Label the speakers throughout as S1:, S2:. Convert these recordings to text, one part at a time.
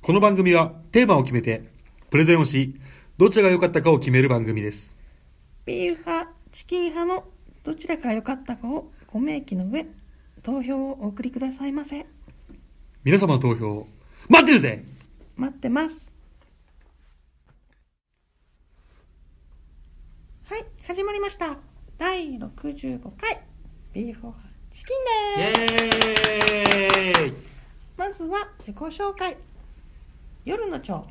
S1: この番組はテーマを決めて、プレゼンをし、どちらが良かったかを決める番組です。
S2: ビーフ派チキン派のどちらが良かったかをご明記の上投票をお送りくださいませ
S1: 皆様の投票を待ってるぜ
S2: 待ってますはい始まりました第65回ビーフ派チキンです
S1: エーイ
S2: まずは自己紹介夜の蝶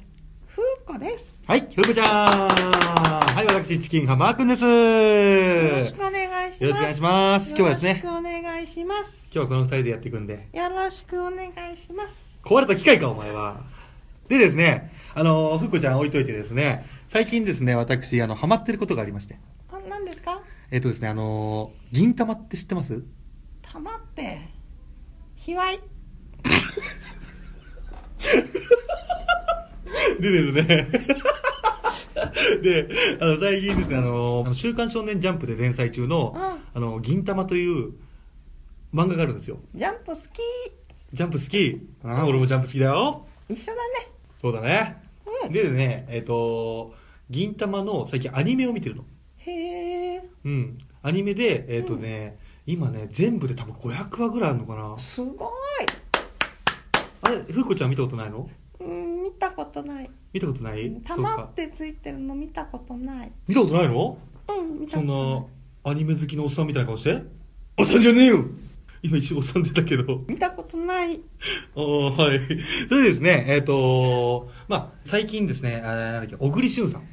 S2: ふうこです
S1: はい、ひろこちゃんはい、私、チキンハマーくんです
S2: よろしくお願いします
S1: よろしくお願いします今日はですね
S2: よろしくお願いします
S1: 今日はこの二人でやっていくんで、
S2: よろしくお願いします
S1: 壊れた機械か、お前は。でですね、あの、ふっこちゃん置いといてですね、最近ですね、私、あの、ハマってることがありまして。
S2: あ何ですか
S1: えっとですね、あの、銀玉って知ってます
S2: たまって卑猥
S1: でですね。で、あの、最近ですね、あの、あの週刊少年ジャンプで連載中の、
S2: うん
S1: あの、銀玉という漫画があるんですよ。
S2: ジャンプ好き
S1: ジャンプ好きああ、俺もジャンプ好きだよ。
S2: 一緒だね
S1: そうだね。
S2: うん
S1: でね、えっ、と、銀玉の最近アニメを見てるの。
S2: へえ
S1: うん。アニメで、えっ、とね、今ね、全部で多分500話ぐらいあるのかな。
S2: すごい
S1: あれ、ふうこちゃん見たことないの
S2: うん見たことない
S1: 見たことない
S2: た
S1: そう
S2: ま
S1: か
S2: ってついてるの見たことない
S1: 見たことないの
S2: うん見た
S1: そ
S2: こと
S1: ん
S2: ない
S1: なアニメ好きのおっさんみたいな顔しておっさんじゃねえよ今一瞬おっさん出たけど
S2: 見たことない
S1: ああはいそれでですねえっ、とまあ最近ですねあなんだっけ小栗旬さん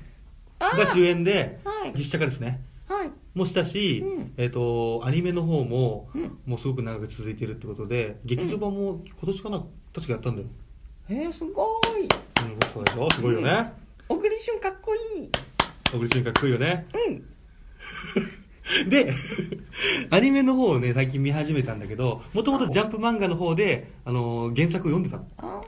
S2: あ
S1: が主演で
S2: はい
S1: 実写化ですね
S2: はい
S1: もしたし、
S2: うん
S1: えっ、とアニメの方も
S2: うん
S1: もうすごく長く続いてるってことで劇場版も今年かな確かやったんだよ
S2: へえすごい
S1: うんそうでしょすごいよね、
S2: 小栗旬かっこいい
S1: 小栗旬かっこいいよね
S2: うん
S1: で、アニメの方をね、最近見始めたんだけど、もともとジャンプ漫画の方で、あのー原作を読んでたの。
S2: あ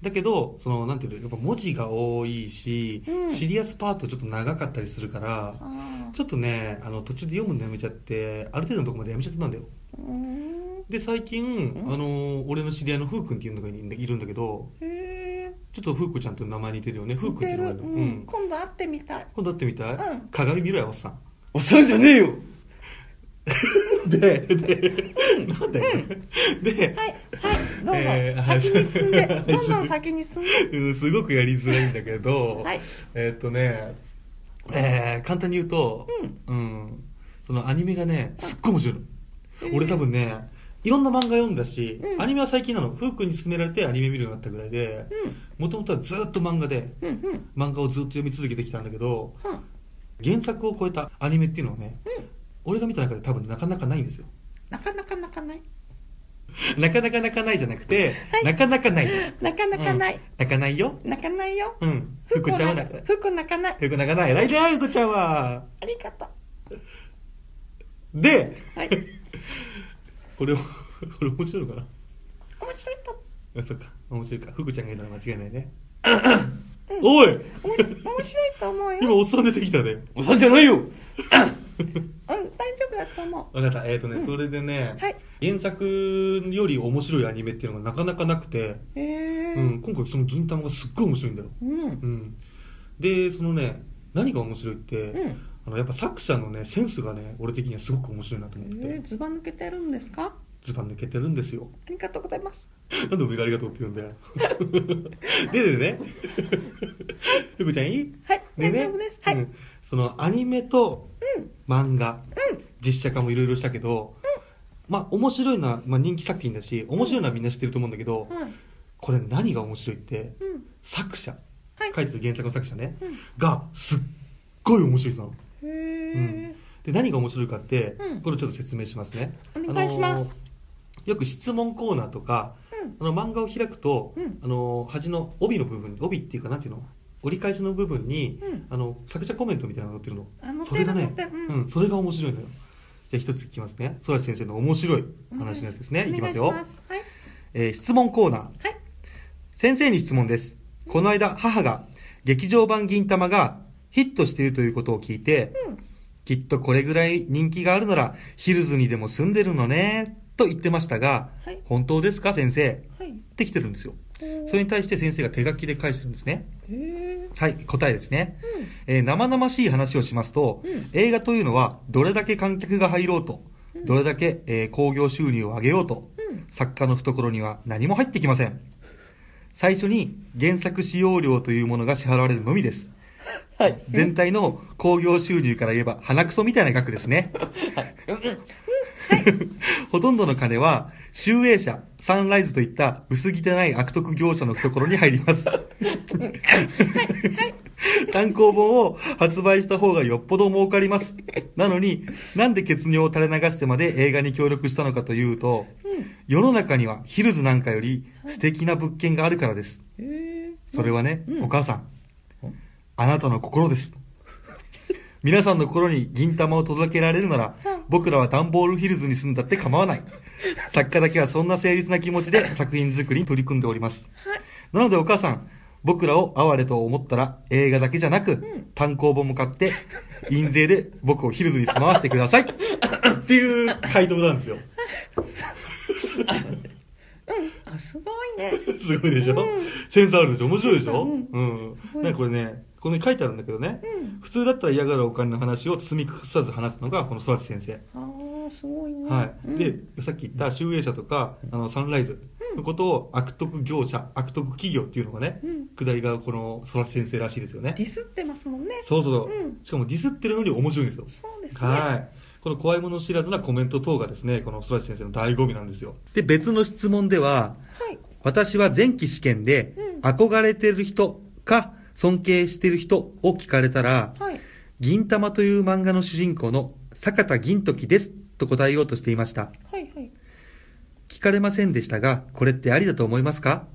S1: だけど、その、なんていうの、やっぱ文字が多いし、
S2: うん
S1: シリアスパートちょっと長かったりするから、
S2: あ
S1: ちょっとね、あの、途中で読むのやめちゃって、ある程度のとこまでやめちゃったんだよ。
S2: うん
S1: で、最近、
S2: うん
S1: あのー俺の知り合いのふうくんっていうのがいいるんだけど、
S2: へえ
S1: ちょっとふうこちゃんと名前似てるよね。ふう
S2: 似
S1: くんってい
S2: て
S1: うのが
S2: る
S1: いる
S2: う
S1: の。うんん。
S2: 今度会ってみたい
S1: 今度会ってみたい、
S2: うん
S1: 鏡見ろよ、おっさん。
S2: おっさんじゃねえよ
S1: で、で、なんだよ、で、
S2: はいはいどうぞ、
S1: えーはい
S2: 先に進ん
S1: は
S2: で
S1: い
S2: どんどん先に進んで
S1: うんすごくやりづらいんだけど、
S2: はい
S1: えーっとね、えー簡単に言うと、うんそのアニメがねすっごい面白いの、俺多分ねいろんな漫画読んだし、
S2: うん
S1: アニメは最近なのふうくんに勧められてアニメ見るようになったぐらいでもともとはずっと漫画で
S2: うんうんうん
S1: 漫画をずっと読み続けてきたんだけど
S2: うん
S1: 原作を超えたアニメっていうのはね、俺が見た中で多分なかなかないんですよ
S2: なかなかなかない
S1: なかなかなかないじゃなくて、なかなかない
S2: なかなかない、
S1: うん泣かないよ
S2: 泣かないよ
S1: うんふうくんちゃんはな
S2: ふうこ泣かない
S1: よく泣かない。偉いじゃん、ゆこちゃんは。
S2: ありがとう
S1: で、
S2: はい
S1: これ、これ面白いのかな
S2: 面白いと
S1: あそっか、面白いか。ふくちゃんがいたら間違いないね。おい
S2: 面白い面白いと思うよ
S1: 今、おっさん出てきたね。
S3: おっさんじゃないよ
S2: うん大丈夫だと思
S1: わかった。えっ、とね、それでね、
S2: はい
S1: 原作より面白いアニメっていうのがなかなかなくて、
S2: うへえ
S1: うん今回その銀玉がすっごい面白いんだよ。
S2: うん
S1: うん。で、そのね、何が面白いって、
S2: うん
S1: あのやっぱ作者のね、センスがね、俺的にはすごく面白いなと思って
S2: えー、
S1: て、
S2: ずば抜けてるんですか
S1: ズバ抜けてるんですよ。
S2: ありがとうございます
S1: なんで俺がありがとうって言うんだよ。 でで ね、ふくちゃんいい
S2: はい
S1: で
S2: 大
S1: ね
S2: 丈夫です、はいううん
S1: んそのアニメと漫画、実写化もいろいろしたけど、まあ面白いのは、まあ、人気作品だし、面白いのはみんな知ってると思うんだけど、
S2: はい
S1: これ何が面白いって、
S2: うん
S1: 作者、
S2: はい
S1: 書いてる原作の作者ね、
S2: うん
S1: がすっごい面白い人なの。う
S2: へえ
S1: ん、で何が面白いかって、
S2: うん
S1: これちょっと説明しますね。
S2: お願いしま
S1: あ
S2: す
S1: のーよく質問コーナーとか、あの漫画を開くと、
S2: うん
S1: あの端の帯の部分帯っていうかなんていうの折り返しの部分に、
S2: うん
S1: あの作者コメントみたいなのが載ってるの
S2: あ載って
S1: そ
S2: る
S1: れがね
S2: 載ってる
S1: う
S2: うんん
S1: それが面白いのよじゃあ一つ聞きますねそら先生の面白い話のやつですね、いきますよ
S2: お願いしはい
S1: えー質問コーナー
S2: はい
S1: 先生に質問です。この間、母が、劇場版銀玉がヒットしているということを聞いて、
S2: うん
S1: きっとこれぐらい人気があるなら、ヒルズにでも住んでるのね、と言ってましたが、
S2: はい
S1: 本当ですか、先生
S2: はい
S1: って来てるんですよ。それに対して先生が手書きで返してるんですね。
S2: へえ
S1: はい、答えですね。えー生々しい話をしますと、
S2: うん
S1: 映画というのはどれだけ観客が入ろうと、どれだけ、えー興行収入を上げようと、
S2: うん
S1: 作家の懐には何も入ってきません。最初に原作使用料というものが支払われるのみ です。
S3: はい。
S1: 全体の興行収入から言えば鼻くそみたいな額ですね。
S3: うんうん
S1: ほとんどの金は、集英社、サンライズといった薄汚い悪徳業者の懐に入ります。単行本を発売した方がよっぽど儲かります。なのに、なんで血尿を垂れ流してまで映画に協力したのかというと、世の中にはヒルズなんかより素敵な物件があるからです。
S2: へえ
S1: それはね、
S3: うん
S1: お母さん
S3: うん、
S1: あなたの心です。皆さんの心に銀玉を届けられるなら、僕らはダンボールヒルズに住んだって構わない。作家だけはそんな誠実な気持ちで作品作りに取り組んでおります。なのでお母さん、僕らを哀れと思ったら映画だけじゃなく、単行本も買って、印税で僕をヒルズに住まわせてく ださい。っていう回答なんですよ。
S3: あ、すごいね。
S1: すごいでしょ、センスあるでしょ面白いでしょ、う
S2: うんん
S1: なんかこれね、ここに書いてあるんだけどね、普通だったら嫌がるお金の話を包み隠さず話すのがこの育ち先生。
S2: ああすごいね
S1: はい。で、さっき言った集英社とか、あの、サンライズのことを悪徳業者、悪徳企業っていうのがね、
S2: うん
S1: 下りがこの育ち先生らしいですよね
S2: デ。ィスってますもんね
S1: そうそうそう、
S2: うん
S1: しかもディスってるのに面白いんですよ。
S2: そうですね
S1: はい。この怖いもの知らずなコメント等がですね、この育ち先生の醍醐味なんですよ。で、別の質問では、
S2: はい
S1: 私は前期試験で
S2: うん
S1: 憧れてる人か尊敬してる人を聞かれたら、
S2: はい
S1: 銀玉という漫画の主人公の坂田銀時ですと答えようとしていました。
S2: はいはい
S1: 聞かれませんでしたが、これってありだと思いますか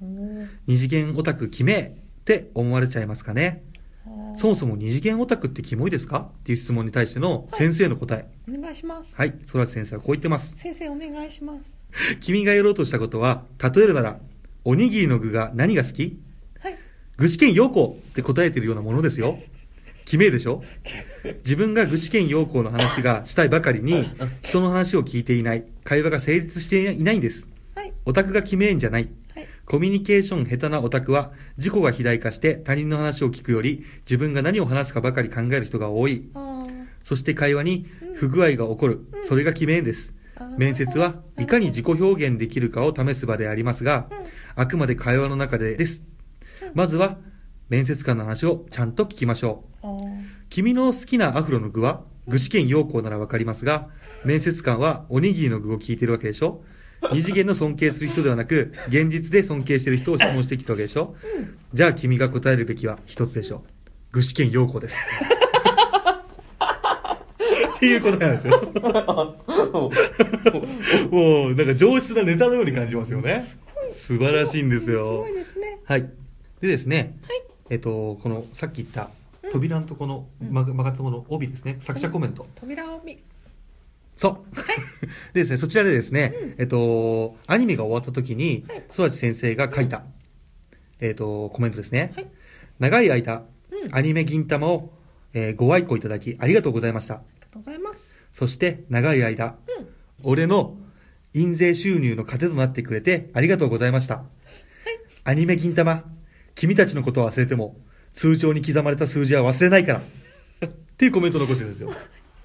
S2: おー
S1: 二次元オタク決めって思われちゃいますかね
S2: あー
S1: そもそも二次元オタクってキモいですかっていう質問に対しての先生の答え。
S2: お願いします
S1: はい、空知先生はこう言ってます。
S2: 先生お願いします
S1: 君がやろうとしたことは、例えるなら、おにぎりの具が何が好き
S2: はい
S1: 具志堅用高って答えてるようなものですよ。決めでしょ自分が具志堅用高の話がしたいばかりに、人の話を聞いていない、会話が成立していないんです。
S2: はい
S1: オタクが決めんじゃない。
S2: はい
S1: コミュニケーション下手なオタクは、自己が肥大化して他人の話を聞くより、自分が何を話すかばかり考える人が多い。
S2: あー
S1: そして会話に不具合が起こる。それが決めんです。
S2: あー
S1: 面接はいかに自己表現できるかを試す場でありますが、あくまで会話の中でです。まずは、面接官の話をちゃんと聞きましょう。
S2: あー
S1: 君の好きなアフロの具は、具志堅用高ならわかりますが、面接官はおにぎりの具を聞いてるわけでしょ二次元の尊敬する人ではなく、現実で尊敬してる人を質問してきたわけでしょじゃあ君が答えるべきは一つでしょう。具志堅用高です。っていうことなんです よ。もうなんか上質なネタのように感じますよね。素晴らしいんです
S2: す
S1: よ
S2: ごい。ですね
S1: はい。でですね、
S2: はい
S1: えっと、このさっき言った扉のとこの曲が曲がったもの帯ですね、作者コメント。
S2: 扉を見
S1: そう。 でですね、そちらでですね、えっと、アニメが終わった時に、そらち先生が書いた、えっと、コメントですね。
S2: はい
S1: 長い間、
S2: うん
S1: アニメ銀玉を、えーご愛顧いただきありがとうございました。
S2: ありがとうございます
S1: そして長い間、
S2: うん
S1: 俺の印税収入の糧となってくれてありがとうございました。アニメ銀玉、君たちのことは忘れても、通帳に刻まれた数字は忘れないから。っていうコメントを残してるんです よ。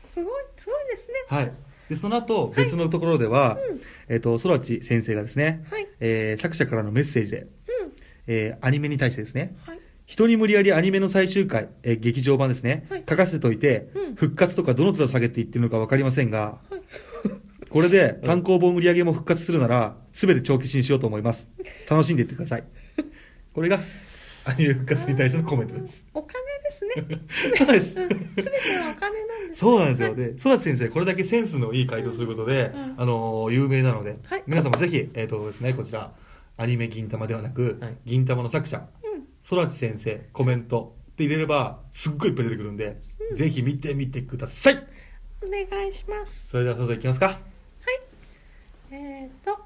S2: すごいすごいですね
S1: はい。で、その後、別のところでは、えっ、と、空知先生がですね、
S2: はい
S1: えー作者からのメッセージで、
S2: うん
S1: えーアニメに対してですね、
S2: はい
S1: 人に無理やりアニメの最終回、えー劇場版ですね、
S2: はい
S1: 書かせておいて、
S2: うん
S1: 復活とかどの面下げていってるのか分かりませんが、 これで単行本売り上げも復活するなら、すべて帳消しにしようと思います。楽しんでいってください。これが、アニメ復活に対してのコメントです。
S2: お金ですね
S1: そうです。
S2: うん全てはお金なんです
S1: そうなんですよ。で、空知先生、これだけセンスのいい回答することで、
S2: うん
S1: あのー有名なので、
S2: はい
S1: 皆様ぜひ、えっ、とですね、こちら、アニメ銀玉ではなく、
S3: はい
S1: 銀玉の作者、空知先生、コメントって入れれば、すっごいいっぱい出てくるんで、ぜひ見てみてください
S2: お願いします
S1: それでは、そろそろいきますか。
S2: はい。えっ、と、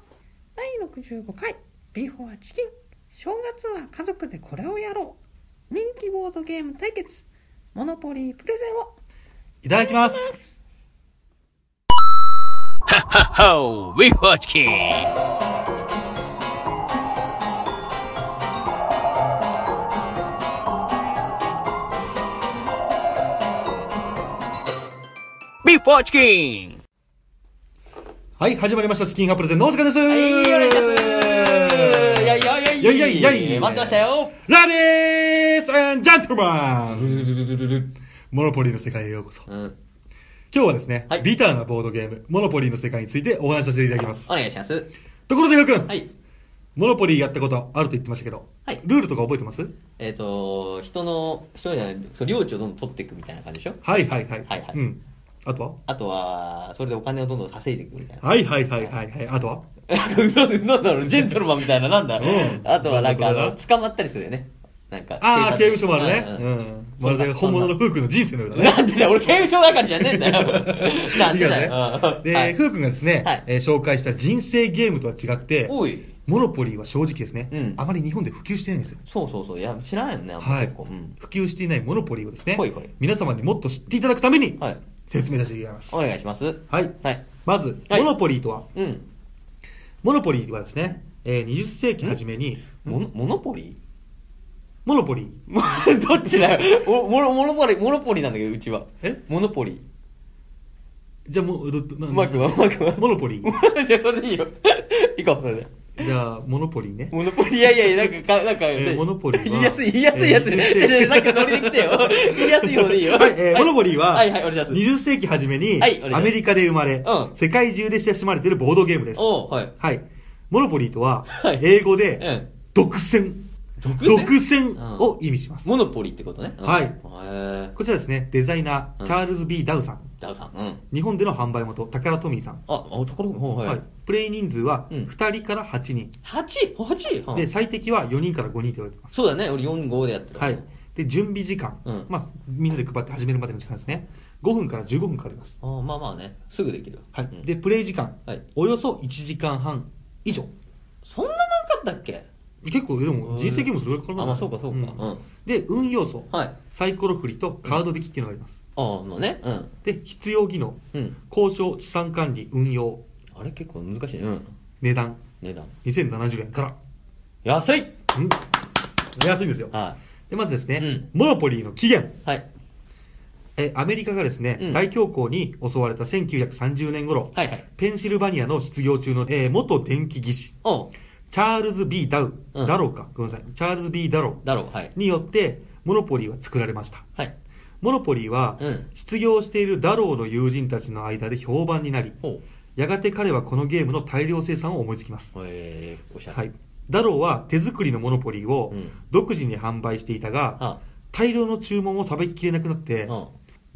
S2: 第65回、ビーフォアチキン、正月は家族でこれをやろう。人気ボードゲーム対決、モノポリープレゼンを。
S1: いただきます。
S4: Ho, we watch kids. ビーフォーチキン
S1: はい、始まりました。チキンハプレゼンのお時間です。は
S3: はい、お願いします。やいやいやいや
S1: いやいやいや
S3: 待ってましたよ。
S1: ラディースアンジャントルマンモノポリーの世界へようこそ。
S3: うん。
S1: 今日はですね、
S3: はい
S1: ビターなボードゲーム、モノポリーの世界についてお話しさせていただきます
S3: お。願いします。
S1: ところで、ふうくん、
S3: はい。
S1: モノポリーやったことあると言ってましたけど、
S3: はい
S1: ルールとか覚えてます
S3: えっ、と、人の、人じゃない、そう領地をどんどん取っていくみたいな感じでしょ
S1: はいはいはい。
S3: はいはい
S1: うん。あと
S3: あとは、それでお金をどんどん稼いでいくみたい
S1: は
S3: な。
S1: はいはいはいはいはい。あとは
S3: なんだろう、ジェントルマンみたいな、なんだろう
S1: う。ん
S3: あとはなんか、あ
S1: なる
S3: の、
S1: ほ
S3: 捕まったりするよね。なんか。
S1: ああ、刑務所もあるね。
S3: う
S1: うん
S3: うん
S1: ん。まるで本物のフー君の人生のようだね。
S3: なんでだよ、俺刑務所係じゃねえんだよ。なん
S1: いい
S3: で
S1: よ
S3: だ
S1: ね
S3: よ。うんは
S1: で、
S3: い
S1: フー君がですね
S3: はい、
S1: えー紹介した人生ゲームとは違って、
S3: おい。
S1: モノポリーは正直ですね、
S3: うん
S1: あまり日本で普及してないんですよ。
S3: そうそうそう。いや、知らないよね、あんま
S1: はい
S3: 結構。うん。
S1: 普及していないモノポリーをですね
S3: ほいほい、
S1: 皆様にもっと知っていただくために、
S3: はい。
S1: 説明させていただきます。
S3: お願いします。は
S1: はい。
S3: い。
S1: まず、モ
S3: はい
S1: ノポリーとは、
S3: うん。
S1: モノポリーはですね、えー20世紀初めに、
S3: モノモノポリ
S1: モノポリー、
S3: もどっちだよ。おモノモノポリ、モノポリなんだけど、うちは。
S1: え
S3: モノポリ。
S1: じゃあもう、どどな
S3: うまくは、うまくは。
S1: モノポリー。
S3: じゃあ、それでいいよ。いこう、それで。
S1: じゃあ、モノポリーね。
S3: モノポリ、いやいやいや、なんか、かなんか、
S1: えーモノポリは
S3: 言いやすい、言いやすいやつ。
S1: え
S3: じ
S1: ー
S3: ゃじゃなんか乗りできてよ。 言いやすい方でいいよ。
S1: はい、えーモノポリーは、
S3: はいはい、お願いします。
S1: 20世紀初めに、
S3: はいお願いしま
S1: ア
S3: す
S1: メリカで生まれ、
S3: うん
S1: 世界中で親しまれているボードゲームです。
S3: おうはい。
S1: はい。モノポリーとは
S3: はい、
S1: 英語
S3: う
S1: で、
S3: ん。
S1: 独占。
S3: 独占
S1: 独占を意味します。
S3: モノポリってことね。うん
S1: はい
S3: へー
S1: こちらですね、デザイナ
S3: う
S1: ー、
S3: ん
S1: チャールズ・ B ・ダウさん。
S3: ダウさん。うん。
S1: 日本での販売元、タカラトミーさん。
S3: あ、あところも、はい。
S1: はい。プレイ人数は、
S3: うん
S1: 2人から8人。
S3: 8!8! 8うん
S1: で、最適は4人から5人と言われてます。
S3: そうだね、俺4、5でやってる。
S1: はい。で、準備時間。
S3: うん
S1: まあ、みんなで配って始めるまでの時間ですね。5分から15分かかります。
S3: あーまあまあね、すぐできる。
S1: は
S3: うん
S1: い。で、プレイ時間。
S3: はい
S1: およそ1時間半以上。
S3: そんな長かったっけ
S1: 結構、でも、人生ゲームそれぐらいかかるんじゃない
S3: あ、まあそうかそうか。うん。
S1: ん
S3: はい。
S1: で、運要素。
S3: あ
S1: サイコロ振りとカード引きっていうのがあります。
S3: あー、まあね。うん。
S1: で、必要技能。
S3: うん。
S1: 交渉、資産管理、運用、
S3: あれ結構難しい。うん。
S1: 値段、
S3: 値段。
S1: 2070円から。
S3: 安い
S1: うん安いんですよ。
S3: は
S1: で、まずですね、
S3: うん
S1: モノポリーの起源。
S3: い。はい。
S1: え、アメリカがですね、
S3: うん
S1: 大恐慌に襲われた1930年頃、
S3: はいはい。
S1: ペンシルバニアの失業中の、えー元電気技師、
S3: おう。
S1: チャールズ・ B ・ダウ、
S3: うん
S1: ダローか、ごめんなさい、チャールズ・ B ・ダロ
S3: だろう。はい
S1: ー。によって、モノポリーは作られました。
S3: はい。
S1: モノポリーは、
S3: うん
S1: 失業しているダローの友人たちの間で評判になり、
S3: ほ
S1: やがて彼はこのゲームの大量生産を思いつきます、
S3: う。えー、おしゃれ。
S1: はい、ダローは手作りのモノポリーを
S3: うん
S1: 独自に販売していたが、
S3: あ、
S1: 大量の注文をさばききれなくなって、
S3: うん。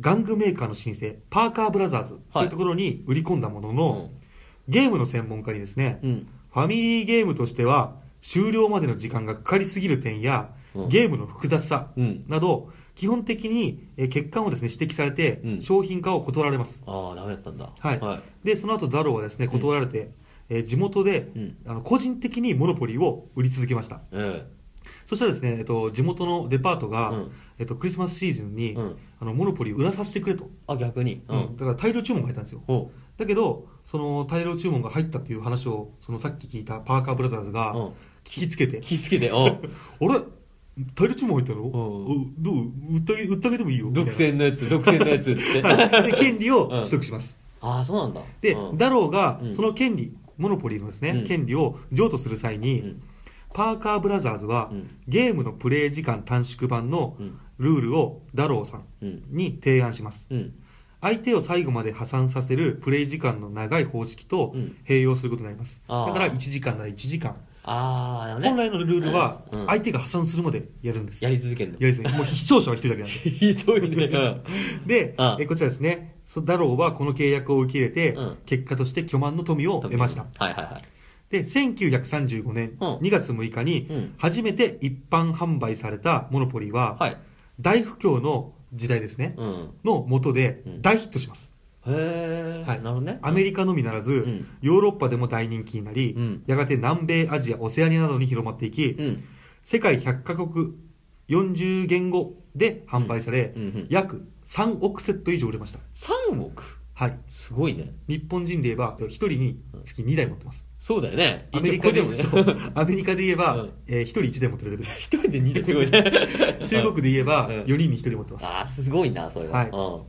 S1: 玩具メーカーの新星パーカーブラザーズと
S3: はい
S1: いうところに売り込んだものの、
S3: うん
S1: ゲームの専門家にですね、
S3: うん。
S1: ファミリーゲームとしては終了までの時間がかかりすぎる点や、
S3: うん
S1: ゲームの複雑さ
S3: うん
S1: など、基本的にえー欠陥をですね指摘されて、
S3: うん
S1: 商品化を断られます
S3: ああ、ダメだったんだ。
S1: はい
S3: はい。
S1: でその後ダローはですね断られて、えー地元で、
S3: うん
S1: あの個人的にモノポリーを売り続けました
S3: え
S1: そしたらですね、えっと、地元のデパートが、
S3: うん
S1: えっと、クリスマスシーズン
S3: え
S1: に、
S3: うん。
S1: あのモノポリー売らさせてくれと、
S3: あ、逆に。う
S1: うん
S3: ん。
S1: だから大量注文が入ったんですよ
S3: ほ
S1: だけどその大量注文が入ったっていう話をそのさっき聞いたパーカーブラザーズが
S3: う。うん。
S1: 聞きつけて、
S3: 気付けて、うん。
S1: あれ大量注文入ったの、
S3: ん
S1: おどう売ってあげ売ってあげてもいいよみたい
S3: 独
S1: な
S3: 占のやつ、独占のやつっつって。
S1: はい、で権利を取得します、
S3: ああ、そうなんだ。
S1: で、
S3: うん
S1: ダローが
S3: うん
S1: その権利、モノポリーのですね、
S3: うん
S1: 権利を譲渡する際に、
S3: うん
S1: パーカーブラザーズは、
S3: うん
S1: ゲームのプレイ時間短縮版の
S3: うん
S1: ルールをダローさん
S3: うん。
S1: に提案します
S3: うん。
S1: 相手を最後まで破産させるプレイ時間の長い方式と
S3: うん
S1: 併用することになります、
S3: あー
S1: だから1時間なら1時間、
S3: ああ、だね。
S1: 本来のルールは
S3: うん
S1: 相手が破産するまでやるんです、
S3: やり続けるの。
S1: やりすぎもう視聴者は一人だけなんで
S3: ひどいね。うん
S1: で、
S3: うん
S1: えこちらですね、そダローはこの契約を受け入れて、
S3: うん
S1: 結果として巨万の富を 得ました。。
S3: はいはいはい。
S1: で、1935年
S3: うん
S1: 2月6日
S3: う
S1: に
S3: ん、
S1: 初めて一般販売されたモノポリーは、
S3: はい。
S1: 大不況の時代ですね、
S3: うん。
S1: の元で
S3: うん
S1: 大ヒットします。
S3: へえ。
S1: は
S3: ないるほどね。
S1: アメリカのみならず、
S3: ん
S1: ヨーロッパでも大人気になり、
S3: うん
S1: やがて南米、アジア、オセアニアなどに広まっていき、
S3: うん。
S1: 世界100カ国40言語で販売され、
S3: うんうんうん
S1: 約3億セット以上売れました。
S3: 3億
S1: はい。
S3: すごいね。
S1: 日本人で言えば一人につき2台持ってます
S3: そうだよね。
S1: アメリカで
S3: 一応これ
S1: そ
S3: でもね。
S1: う アメリカで言えば、
S3: うん
S1: えー、1人1台持ってるレベルで
S3: 一人で2ですごいね。
S1: す中国で言えば
S3: うん
S1: 4人に1人持ってます、
S3: ああ、すごいな、それは。
S1: はい
S3: うん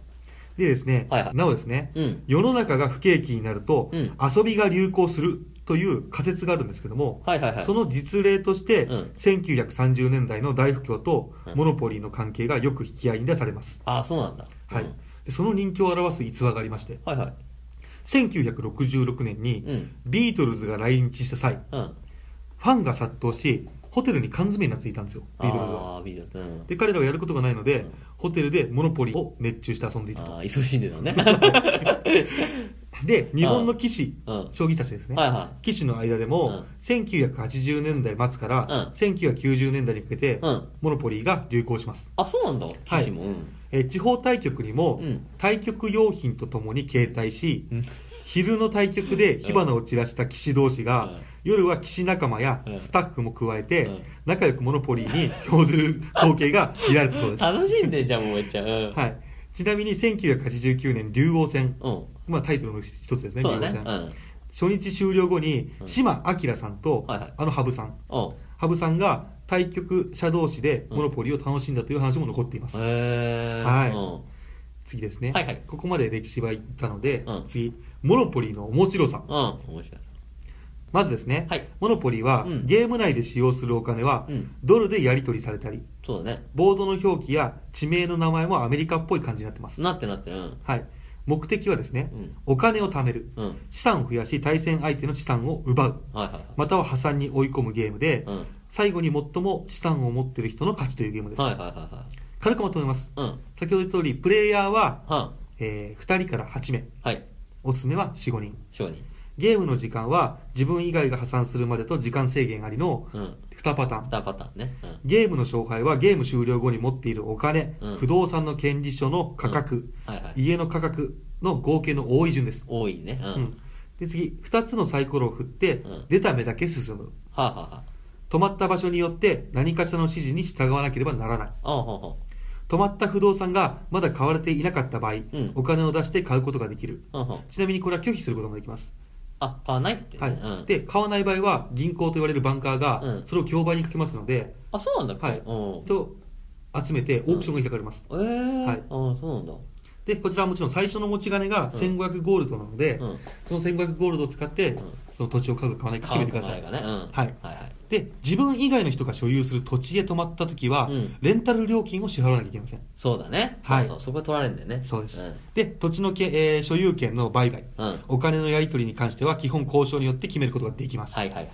S1: でですね、
S3: はいはい
S1: なおですね、
S3: うん
S1: 世の中が不景気になると、
S3: うん
S1: 遊びが流行するという仮説があるんですけども、
S3: はいはいはい
S1: その実例として、
S3: うん
S1: 1930年代の大不況と
S3: うん
S1: モノポリーの関係がよく引き合いに出されます、
S3: ああそうなんだ、
S1: はい
S3: うん
S1: でその人気を表す逸話がありまして
S3: はいはい
S1: 1966年に、
S3: うん
S1: ビートルズが来日した際
S3: うん
S1: ファンが殺到しホテルに缶詰になっていたんですよビートルズは
S3: ああビートルズうん
S1: で彼らはやることがないので、
S3: うん
S1: ホテルでモノポリを熱中して遊んでいたと
S3: ああ忙しいんだよ ね
S1: で日本の棋士、
S3: うん
S1: 将棋たちですね、
S3: はいは
S1: 棋士の間でも、
S3: うん
S1: 1980年代末から、
S3: うん
S1: 1990年代にかけて、
S3: うん
S1: モノポリーが流行します、
S3: あそうなんだ記事も、うん
S1: えー地方対局にも、
S3: うん
S1: 対局用品とともに携帯し、
S3: うん
S1: 昼の対局で火花を散らした棋士同士が、
S3: うん
S1: 夜は棋士仲間や
S3: うん
S1: スタッフも加えて、
S3: うん
S1: 仲良くモノポリーに興ずる光景が見られたそう です、は
S3: 楽しんでんじゃんもうめっちゃうん、
S1: い、ちなみに1989年竜王戦、
S3: うん
S1: まあ、タイトルの一つですね
S3: そうだ
S1: 竜
S3: ね
S1: 王
S3: う
S1: 戦
S3: ん
S1: 初日終了後に
S3: うん
S1: 島明さんと、
S3: はいはい
S1: あの羽生さん
S3: お
S1: 羽生さんが対局者同士で
S3: うん
S1: モノポリを楽しんだという話も残っています、
S3: へえ
S1: はい
S3: うん
S1: 次ですね、
S3: はいはい
S1: ここまで歴史は言ったので、
S3: うん
S1: 次モノポリの面白さ
S3: うん面白い
S1: まずですね、
S3: はい
S1: モノポリは、
S3: うん
S1: ゲーム内で使用するお金は、
S3: うん
S1: ドルでやり取りされたり
S3: そうだね
S1: ボードの表記や地名の名前もアメリカっぽい感じになってます、
S3: なってなってうん
S1: はい、目的はですね、
S3: うん
S1: お金を貯める
S3: うん
S1: 資産を増やし対戦相手の資産を奪う
S3: はいはい
S1: または破産に追い込むゲームで、
S3: はい
S1: 最後に最も資産を持っている人の勝ちというゲーム
S3: う
S1: で
S3: ん
S1: す、
S3: はいはいはいはい
S1: 軽くまとめます
S3: うん
S1: 先ほど言った通りプレイヤーは、
S3: は
S1: え2人から8名
S3: んはい
S1: おすすめは45人
S3: 商人
S1: ゲームの時間は自分以外が破産するまでと時間制限ありの
S3: うん
S1: 2パターン
S3: 二パターンねうん
S1: ゲームの勝敗はゲーム終了後に持っているお金、
S3: うん
S1: 不動産の権利書の価格、
S3: はいはい
S1: 家の価格の合計の多い順です、
S3: 多いねうん
S1: う
S3: は
S1: んで次2つのサイコロを振って、
S3: うん
S1: 出た目だけ進む
S3: あはあはあ
S1: 止まった場所によって何かしらの指示に従わなければならない
S3: ああほうほ
S1: 止まった不動産がまだ買われていなかった場合、
S3: ん
S1: お金を出して買うことができる
S3: ううんうん
S1: ちなみにこれは拒否することもできます、
S3: あ買わないってね
S1: はい
S3: うん
S1: で買わない場合は銀行と言われるバンカーが
S3: うん
S1: それを競売にかけますので、
S3: あそうなんだっけ
S1: はい
S3: うん
S1: と集めてオークションが開かれます、
S3: ええ
S1: はい
S3: あそうなんだ
S1: でこちらはもちろん最初の持ち金が
S3: うん
S1: 1500ゴールドなので、
S3: うん
S1: その1500ゴールドを使って、
S3: ん
S1: その土地を買うか買わないか決めてください
S3: 買うか買わないかねうん
S1: はい
S3: はいはい
S1: で自分以外の人が所有する土地へ泊まった時は、
S3: うん
S1: レンタル料金を支払わなきゃいけません
S3: そうだね
S1: はい
S3: そうそうそこ取られるんだよね
S1: そうです、
S3: うん
S1: で土地のけ、えー所有権の売買
S3: うん
S1: お金のやり取りに関しては基本交渉によって決めることができます、
S3: はいはいはい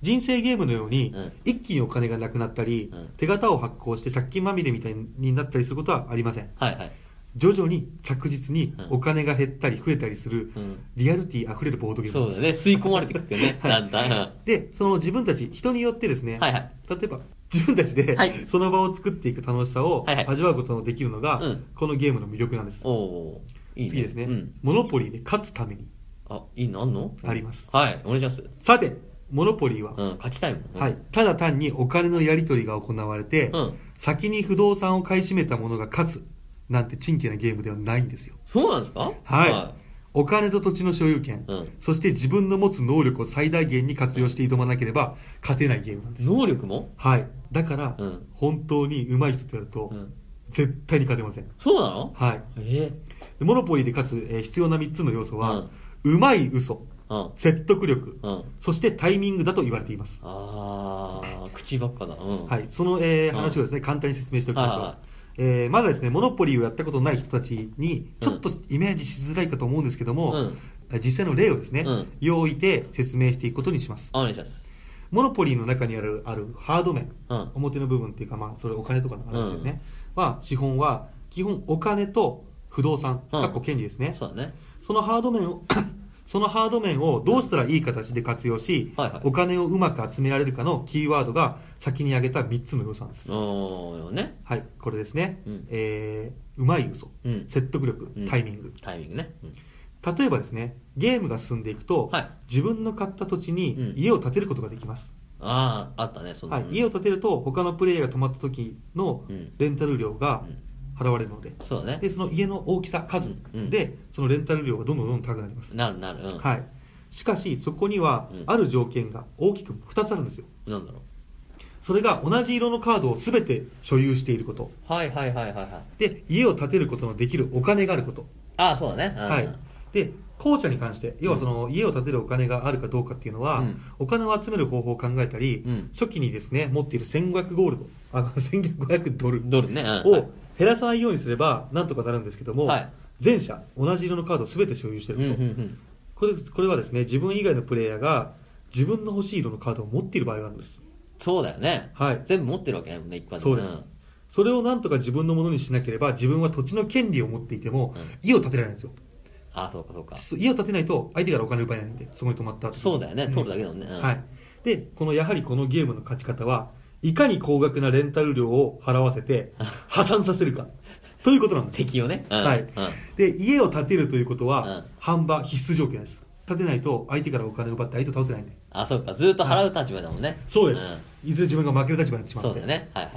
S1: 人生ゲームのように、
S3: うん
S1: 一気にお金がなくなったり、
S3: うん
S1: 手形を発行して借金まみれみたいになったりすることはありません
S3: はいはい
S1: 徐々に着実に
S3: うん
S1: お金が減ったり増えたりする、
S3: うん
S1: リアルティあふれるボードゲーム
S3: そうだね吸い込まれてくる よねだんだんうん
S1: でその自分たち人によってですね、
S3: はいはい
S1: 例えば自分たちで、
S3: はい
S1: その場を作っていく楽しさを
S3: はいはい
S1: 味わうことのできるのが、
S3: うん
S1: このゲームの魅力なんです
S3: おおーいいね
S1: 次ですね、
S3: うん
S1: モノポリーで勝つために
S3: あいいのあんの
S1: あります
S3: はいお願いします
S1: さてモノポリーは、
S3: うん書きたいもん
S1: はい、ただ単にお金のやり取りが行われて、
S3: うん
S1: 先に不動産を買い占めた者が勝つなんて珍奇なゲームではないんですよ
S3: そうなんですか
S1: はい、お金と土地の所有権、
S3: うん
S1: そして自分の持つ能力を最大限に活用して挑まなければ勝てないゲームなんです
S3: 能力も
S1: はいだから、
S3: うん
S1: 本当に上手い人ってやると、
S3: うん
S1: 絶対に勝てません
S3: そうなの
S1: はい
S3: え
S1: でモノポリーで勝つ、えー必要な3つの要素は、うまい嘘
S3: えうん
S1: 説得力
S3: うん
S1: そしてタイミングだと言われています、
S3: あー口ばっかだうん
S1: はい、その、えー
S3: うん
S1: 話をですね簡単に説明しておきましょう、
S3: はい
S1: えーまだですねモノポリーをやったことない人たちにちょっとイメージしづらいかと思うんですけども、
S3: うん
S1: 実際の例をですね、
S3: うん
S1: 用意で説明していくことにします
S3: あお願いします
S1: モノポリーの中にあるあるハード面、
S3: うん
S1: 表の部分っていうか、まあ、それお金とかの話ですね、は資本は基本お金と不動産、
S3: うん
S1: かっこ権利ですね、
S3: そうだね
S1: そのハード面を そのハード面をどうしたらいい形で活用し、
S3: はいはい
S1: お金をうまく集められるかのキーワードが先に挙げた3つの要素なんです、
S3: おーよね
S1: はいこれですね、
S3: うん
S1: えーうまい嘘、
S3: うん
S1: 説得力
S3: うん
S1: タイミング、
S3: タイミングねうん
S1: 例えばですねゲームが進んでいくと、
S3: はい
S1: 自分の買った土地に
S3: うん
S1: 家を建てることができます、
S3: あああったねその
S1: はい、家
S3: を
S1: を建てると他のプレイヤーが泊まった時の
S3: うん
S1: レンタル料が払われるので,、
S3: そうだ
S1: で
S3: ね
S1: その家の大きさ数
S3: うんうん
S1: で、そのレンタル料がどんどんどんどん高くなります、
S3: なるなるうん
S1: はい、しかしそこには
S3: うん
S1: ある条件が大きく2つあるんですよ
S3: なんだろ
S1: それが同じ色のカードを全て所有していること
S3: うはいはいはいはいはい
S1: で家を建てることのできるお金があること
S3: ああそうだね、うん
S1: はい、で後者に関して要はその家を建てるお金があるかどうかっていうのは、
S3: うん
S1: お金を集める方法を考えたり、
S3: うん
S1: 初期にですね持っている1500ゴールドあの1500ドル
S3: ドルね、う
S1: を
S3: ん
S1: 減らさないようにすればなんとかなるんですけども、
S3: はい
S1: 前者同じ色のカード全て所有して
S3: うんうん
S1: ると、
S3: うん
S1: これこれはですね自分以外のプレイヤーが自分の欲しい色のカードを持っている場合があるんです
S3: そうだよね
S1: はい
S3: 全部持ってるわけねもんね一般
S1: そうです、それをなんとか自分のものにしなければ自分は土地の権利を持っていても、
S3: うん
S1: 家を建てられないんですよ
S3: ああそうかそうか
S1: そう家を建てないと相手からお金を奪えないんでそこに泊まったってい
S3: そうだよね
S1: ん
S3: 取るだけだもんね、うん
S1: はい、でこのやはりこのゲームの勝ち方はいかに高額なレンタル料を払わせ て破産させるかということなんです
S3: 敵をね、うん
S1: はい
S3: うん
S1: で家を建てるということ
S3: うん
S1: は販売必須条件です建てないと相手からお金を奪って相手を倒せないんで
S3: あそうかずっと払う立場だもんね、
S1: そうです、いずれ自分が負ける立場になってし
S3: うん
S1: ま
S3: そ
S1: っ
S3: うだ
S1: て、
S3: よねはいはい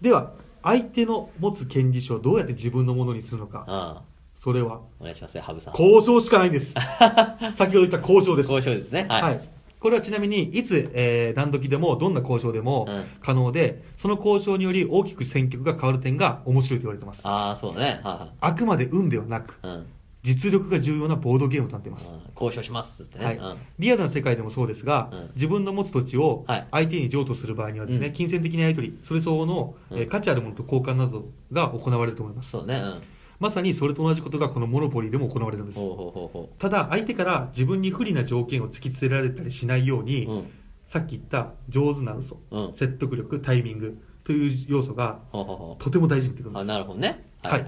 S1: では相手の持つ権利書をどうやって自分のものにするのか
S3: う
S1: それは
S3: んお願いしますよ羽生さん
S1: 交渉しかないんです 先ほど言った交渉です
S3: 交渉ですねはい、
S1: はい、これはちなみにいつ、えー、何時でもどんな交渉でも
S3: うん
S1: 可能で、その交渉により大きく戦局が変わる点が面白いと言われてます
S3: ああそうだねは
S1: あくまで運ではなく
S3: いはい、うん
S1: 実力が重要なボードゲームとなっています、
S3: うん交渉しますっつってね、
S1: はい
S3: うん
S1: リアルな世界でもそうですが、
S3: うん
S1: 自分の持つ土地を
S3: はい
S1: 相手に譲渡する場合にはですね、
S3: うん
S1: 金銭的なやり取りそれ相応の、えー
S3: うん
S1: 価値あるものと交換などが行われると思います
S3: そうねうん
S1: まさにそれと同じことがこのモノポリーでも行われるんです
S3: ほうほうほうほ
S1: ただ相手から自分に不利な条件を突きつけられたりしないように、
S3: ううん
S1: さっき言った上手な嘘、
S3: うん
S1: 説得力タイミングという要素が
S3: ほうほうほ
S1: とても大事になってくるん
S3: う
S1: で
S3: あ
S1: す
S3: なるほどね
S1: はい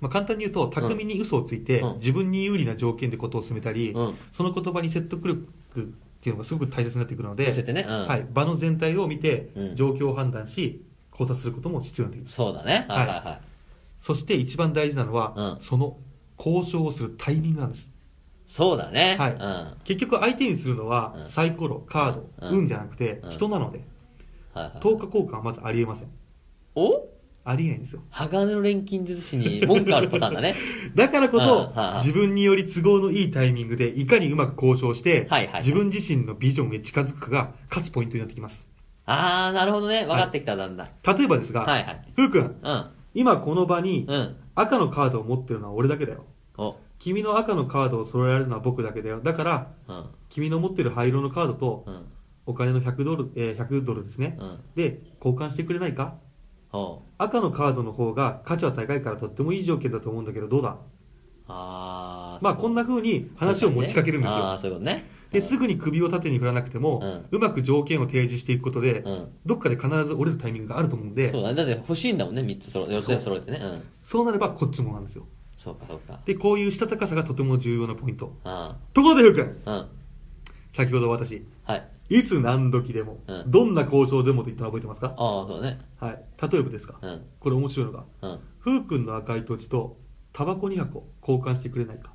S1: まあ、簡単に言うと巧みに嘘をついて、
S3: うん
S1: 自分に有利な条件でことを進めたり、
S3: うん
S1: その言葉に説得力っていうのがすごく大切になってくるので
S3: 見、せてね、うん
S1: はい、場の全体を見て
S3: うん
S1: 状況を判断し考察することも必要になってきます
S3: そうだねはいはいはい
S1: そして一番大事なのは、
S3: うん
S1: その交渉をするタイミングなんです
S3: そうだね
S1: はい
S3: うんは
S1: 結局相手にするのは、
S3: うん
S1: サイコロカード、
S3: うん
S1: 運じゃなくて、
S3: うん
S1: 人なので
S3: いはい
S1: 等価交換はまずありえません
S3: お
S1: ありえないんですよ
S3: 鋼の錬金術師に文句あるパターン だね
S1: だからこそ
S3: うんはいはい
S1: 自分により都合のいいタイミングでいかにうまく交渉して、
S3: はいはいはい
S1: 自分自身のビジョンへ近づくかが勝つポイントになってきます
S3: ああなるほどね分かってきただんだん
S1: 例えばですが、
S3: はいはい
S1: ふうくん
S3: うん
S1: 今この場に
S3: うん
S1: 赤のカードを持ってるのは俺だけだよ
S3: お
S1: 君の赤のカードを揃えられるのは僕だけだよだから
S3: うん
S1: 君の持ってる灰色のカードと
S3: うん
S1: お金の100ドル、えー100ドルですね、
S3: うん
S1: で交換してくれないか
S3: お
S1: 赤のカードの方が価値は高いからとってもいい条件だと思うんだけどどうだ
S3: ああ
S1: まあこんな風に話を持ちかけるんですよ、
S3: ああーそういうことね
S1: で、すぐに首を縦に振らなくても、
S3: う
S1: うんまく条件を提示していくことで、
S3: うん
S1: どっかで必ず折れるタイミングがあると思うんで、
S3: そうだねだって欲しいんだもんね3つ揃え4
S1: そう
S3: つ揃えてねうん
S1: そうなればこっちもなんですよ。
S3: そうかそうか
S1: で、こういうしたたかさがとても重要なポイント。
S3: あ
S1: ところで、ふうくん、
S3: あうん
S1: 先ほど私、
S3: はい
S1: いつ何時でも、
S3: うん
S1: どんな交渉でもと言ったの覚えてます
S3: ああ
S1: か
S3: そうだね
S1: はい。例えばですか、
S3: うん
S1: これ面白いのが、
S3: うん
S1: ふうくんの赤い土地と、タバコ2箱交換してくれないか。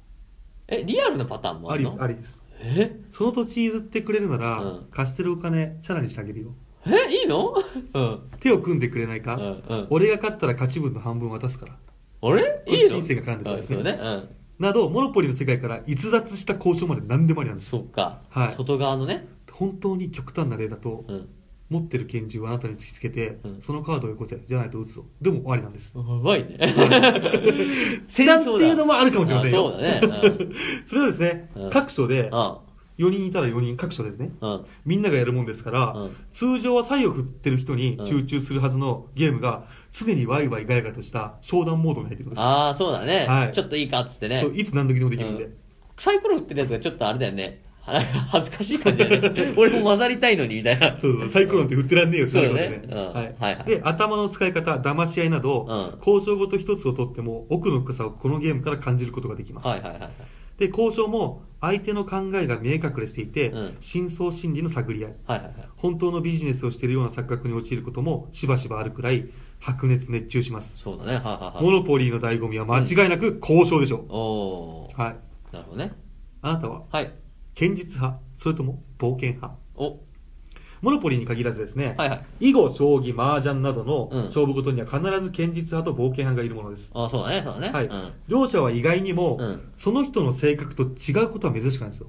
S3: えリアルなパターンも
S1: あ
S3: ある
S1: り
S3: の、
S1: ありです。
S3: え
S1: その土地譲ってくれるなら、
S3: うん
S1: 貸してるお金、チャラにしてあげるよ。
S3: えいいのうん
S1: 手を組んでくれないか、
S3: うんうん
S1: 俺が勝ったら勝ち分の半分渡すから。
S3: あれいいの
S1: 人生が絡んでくるん
S3: あ
S1: です
S3: そ
S1: ね
S3: うねうん
S1: などモノポリの世界から逸脱した交渉まで何でもありなんです
S3: そうか、
S1: はい
S3: 外側のね
S1: 本当に極端な例だと、
S3: うん
S1: 持ってる拳銃をあなたに突きつけて、
S3: うん
S1: そのカードをよこせじゃないと撃つぞでもありなんです
S3: やばいね
S1: 戦
S3: だ
S1: 乱っていうのもあるかもしれませんよ
S3: あそうだねうん
S1: それはですね、
S3: うん
S1: 各所で
S3: あ
S1: 4人いたら4人各所ですね
S3: うん
S1: みんながやるもんですから、
S3: うん
S1: 通常は左右を振ってる人に
S3: うん
S1: 集中するはずのゲームが常にワイワイガヤガヤとした商談モードに入ってくるんです
S3: ああそうだね、
S1: はい
S3: ちょっといいかっつってね
S1: そういつ何時でもできるんで、
S3: うんサイコロ振ってるやつがちょっとあれだよねはなんか恥ずかしい感じだ よね俺も混ざりたいのにみたいな
S1: そうそう、サイコロなんて売ってらんねえよ、
S3: そうだ
S1: そうい
S3: ね
S1: うこと
S3: うんはいはい
S1: で、頭の使い方、騙し合いな
S3: うん
S1: ど、交渉ごと一つをとっても、奥の深さをこのゲームから感じることができます。
S3: はいはいはいはい
S1: で、交渉も、相手の考えが見え隠れしていて
S3: うん、
S1: 真相心理の探り合い。
S3: はいはいはい
S1: 本当のビジネスをしているような錯覚に陥ることも、しばしばあるくらい、白熱熱中します。
S3: そうだねはいはい
S1: モ
S3: はい
S1: ノポリーの醍醐味は間違いなく交渉でしょ
S3: おお
S1: う。はい。
S3: ーなるほどね
S1: あなたは、
S3: はい
S1: 堅実派、それとも冒険派。
S3: お
S1: モノポリーに限らずですね、
S3: はいはい
S1: 囲碁、将棋、麻雀などの
S3: うん
S1: 勝負事には必ず堅実派と冒険派がいるものです。
S3: ああそうだねそうだね、
S1: はい。
S3: うん、あ
S1: 両者は意外にも、
S3: うん
S1: その人の性格と違うことは珍しくないんですよ。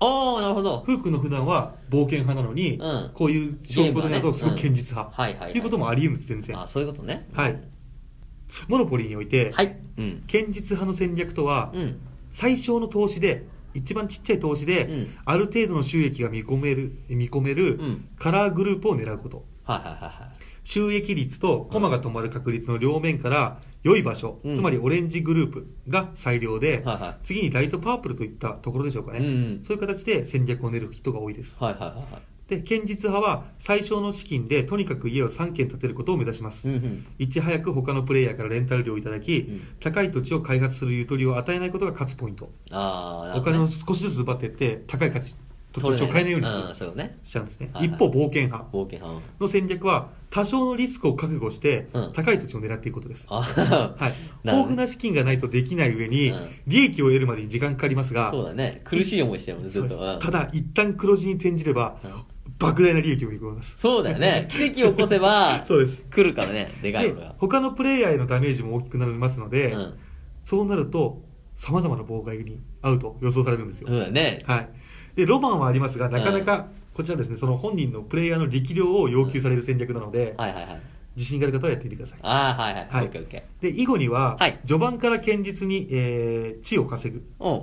S3: あなるほど
S1: フー君の普段は冒険派なのに、
S3: うん
S1: こういう勝負事になるとすごく堅実派。
S3: はいはいはい
S1: っていうこともあり得るんです、全然。
S3: あそういうことね
S1: はい。モノポリーにおいて、
S3: はい。うん。
S1: 堅実派の戦略とは、
S3: うん。
S1: 最小の投資で一番ちっちゃい投資で、
S3: うん
S1: ある程度の収益が見込める見込める、
S3: うん
S1: カラーグループを狙うこと
S3: はいはいはいはい。
S1: 収益率とコマが止まる確率の両面から良い場所、
S3: うん
S1: つまりオレンジグループが最良で、
S3: はいは
S1: 次にライトパープルといったところでしょうかね、
S3: うんうん
S1: そういう形で戦略を練る人が多いです
S3: はいはいはいはい。
S1: で堅実派は最小の資金でとにかく家を3軒建てることを目指します、
S3: うんうん。
S1: いち早く他のプレイヤーからレンタル料をいただき、
S3: うん
S1: 高い土地を開発するゆとりを与えないことが勝つポイント
S3: ああ、なる
S1: お
S3: ほどね
S1: 金を少しずつ奪っていって高い価値と土
S3: 取
S1: 地を
S3: れ
S1: 買えないようにす
S3: ん
S1: る
S3: そうね。
S1: しちゃうんですね、
S3: はいはい
S1: 一方冒険派
S3: 冒険派。
S1: の戦略は多少のリスクを覚悟して
S3: うん
S1: 高い土地を狙っていくことです、
S3: あ
S1: はい、
S3: な
S1: 豊
S3: るほど
S1: 富な資金がないとできない上に、
S3: うん
S1: 利益を得るまでに時間かかります
S3: あ、
S1: が
S3: そうだね。苦しい思いしてるもんね、ず
S1: そう
S3: っ
S1: です
S3: と。うん
S1: ただ一旦黒字に転じれば、莫大な利益を見込みます
S3: そうだ よね。奇跡を起こせば、
S1: そうです
S3: 来るからね。でかい
S1: で
S3: のが。
S1: 他のプレイヤーへのダメージも大きくなりますの
S3: う
S1: で、
S3: ん。
S1: そうなるとさまざまな妨害に遭うと予想されるんですよ、
S3: そうだね。
S1: はい、でロマンはありますがなかなかこちらですねその本人のプレイヤーの力量を要求される戦略なので、
S3: はいはいはい。
S1: 自信がある方はやってみてください
S3: ああ、はいはい。
S1: はい
S3: オッケーオッケ
S1: で囲碁には、
S3: はい
S1: 序盤から堅実に、えー地を稼ぐ、
S3: ー。うん。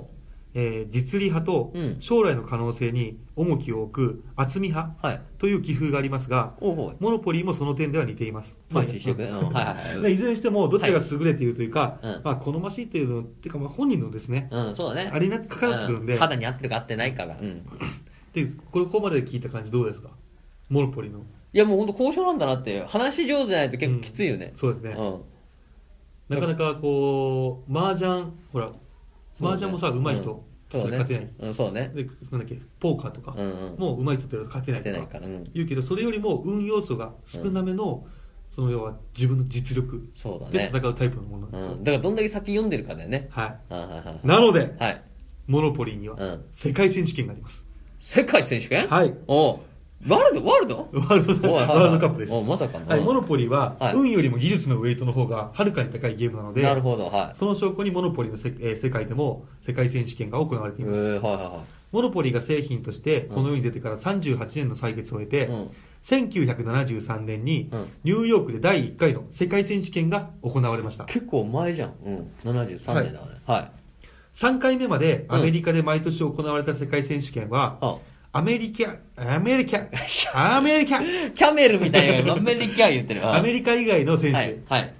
S1: えー実利派と
S3: うん
S1: 将来の可能性に重きを置く厚み派
S3: はい。
S1: という棋風がありますが
S3: おうおう。
S1: モノポリーもその点では似ています
S3: そうですよねうんはいはいはい
S1: でいずれにしてもどちらが優れているというか、
S3: はいうん
S1: まあ、好ましいというのっていうか、まあ、本人のですね
S3: うん、そうだね。
S1: あれになってかかってくるんで
S3: う肌に合ってるか合ってないかが。うん。
S1: でこれここまで聞いた感じどうですかモノポリの
S3: いや、もうほんと交渉なんだなって。話し上手じゃないと結構きついよね。
S1: そうですね、
S3: うん。
S1: なかなかこう麻雀ほら
S3: そ
S1: 麻
S3: うだね
S1: 雀もさ上手い人ちょっ
S3: そう
S1: と
S3: だ
S1: 勝てない
S3: ね。うん、そうだね。
S1: でなんだっけポーカーとか
S3: うんうん。
S1: もう上手い人って勝てない
S3: 出な
S1: と
S3: い
S1: か
S3: から。うん。
S1: 言うけどそれよりも運要素が少なめのその要は自分の実力
S3: そうだ
S1: で
S3: ね。
S1: 戦うタイプのものなん
S3: う
S1: ですよ
S3: ん。だからどんだけ先読んでるかだよね。
S1: は
S3: はいはいはい
S1: なので
S3: はい。はい。
S1: モノポリーに
S3: う
S1: は
S3: ん。
S1: 世界選手権があります
S3: 世界選手権
S1: はい
S3: おうワールドワールド
S1: ワールドワ
S3: おいはいはい
S1: ールドカップです
S3: おうまさかの
S1: はいモノポリーは
S3: はい
S1: 運よりも技術のウェイトの方がはるかに高いゲームなので
S3: なるほど、は
S1: その証拠にモノポリーのせえー世界でも世界選手権が行われて
S3: い。
S1: い
S3: え
S1: ます
S3: ー、はいは
S1: モノポリーが製品としてこの世に出てから38年の歳月を経て、
S3: いはい。うん。
S1: 1973年に
S3: うん
S1: ニューヨークで第1回の世界選手権が行われました
S3: 結構前じゃん。うん。73年だからね。は
S1: 3回目まで
S3: うん
S1: アメリカで毎年行われた世界選手権は、
S3: い。は
S1: アメリカアメリカアメリカ
S3: あキャメルみたいな、アメリカ言ってる。
S1: アメリカ以外の選手、
S3: はい。はい。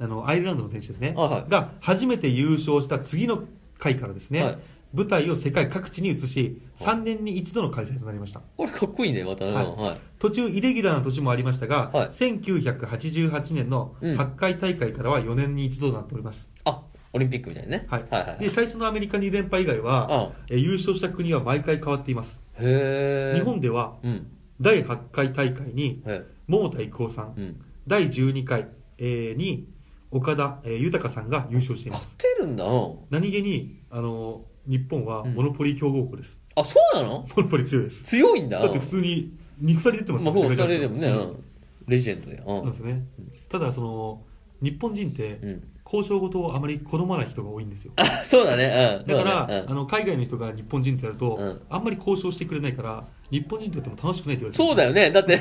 S1: あのアイルランドの選手ですね、
S3: あはい
S1: が初めて優勝した次の回からですね、
S3: はい
S1: 舞台を世界各地に移し3年に一度の開催となりました
S3: これかっこいいね、またね。
S1: はい
S3: はい。
S1: 途中イレギュラーな年もありましたが、
S3: はい
S1: 1988年の
S3: うん
S1: 8回大会からは4年に一度となっております、
S3: あ、オリンピックみたいなね。
S1: はい
S3: はいはい。
S1: で最初のアメリカ2連覇以外は、えー優勝した国は毎回変わっています
S3: へー。
S1: 日本では
S3: うん。
S1: 第8回大会に
S3: へー
S1: 桃田郁夫さん
S3: うん。
S1: 第12回、えーに岡田、えー豊さんが優勝していま
S3: 勝
S1: す
S3: てるんだ。うん。
S1: 何気にあのー日本はモノポリ強豪国です、
S3: あ、そうなの
S1: モノポリ強いです
S3: 強いんだ。
S1: だって普通に肉され出て
S3: ま
S1: ま
S3: あ、
S1: す
S3: もう
S1: 世
S3: 二
S1: 界チャ
S3: 人
S1: ンピオン
S3: でもね、うんレジェンドで。う
S1: そうなんですよねただその日本人って
S3: ん。うん。
S1: 交渉事をあまり好まない人が多いんですよだ
S3: あ、 そうだね。うん。
S1: から、
S3: そうだねうん
S1: あの海外の人が日本人ってやると、
S3: うん
S1: あんまり交渉してくれないから日本人とやっても楽しくないって言われて
S3: そうだよね。だって、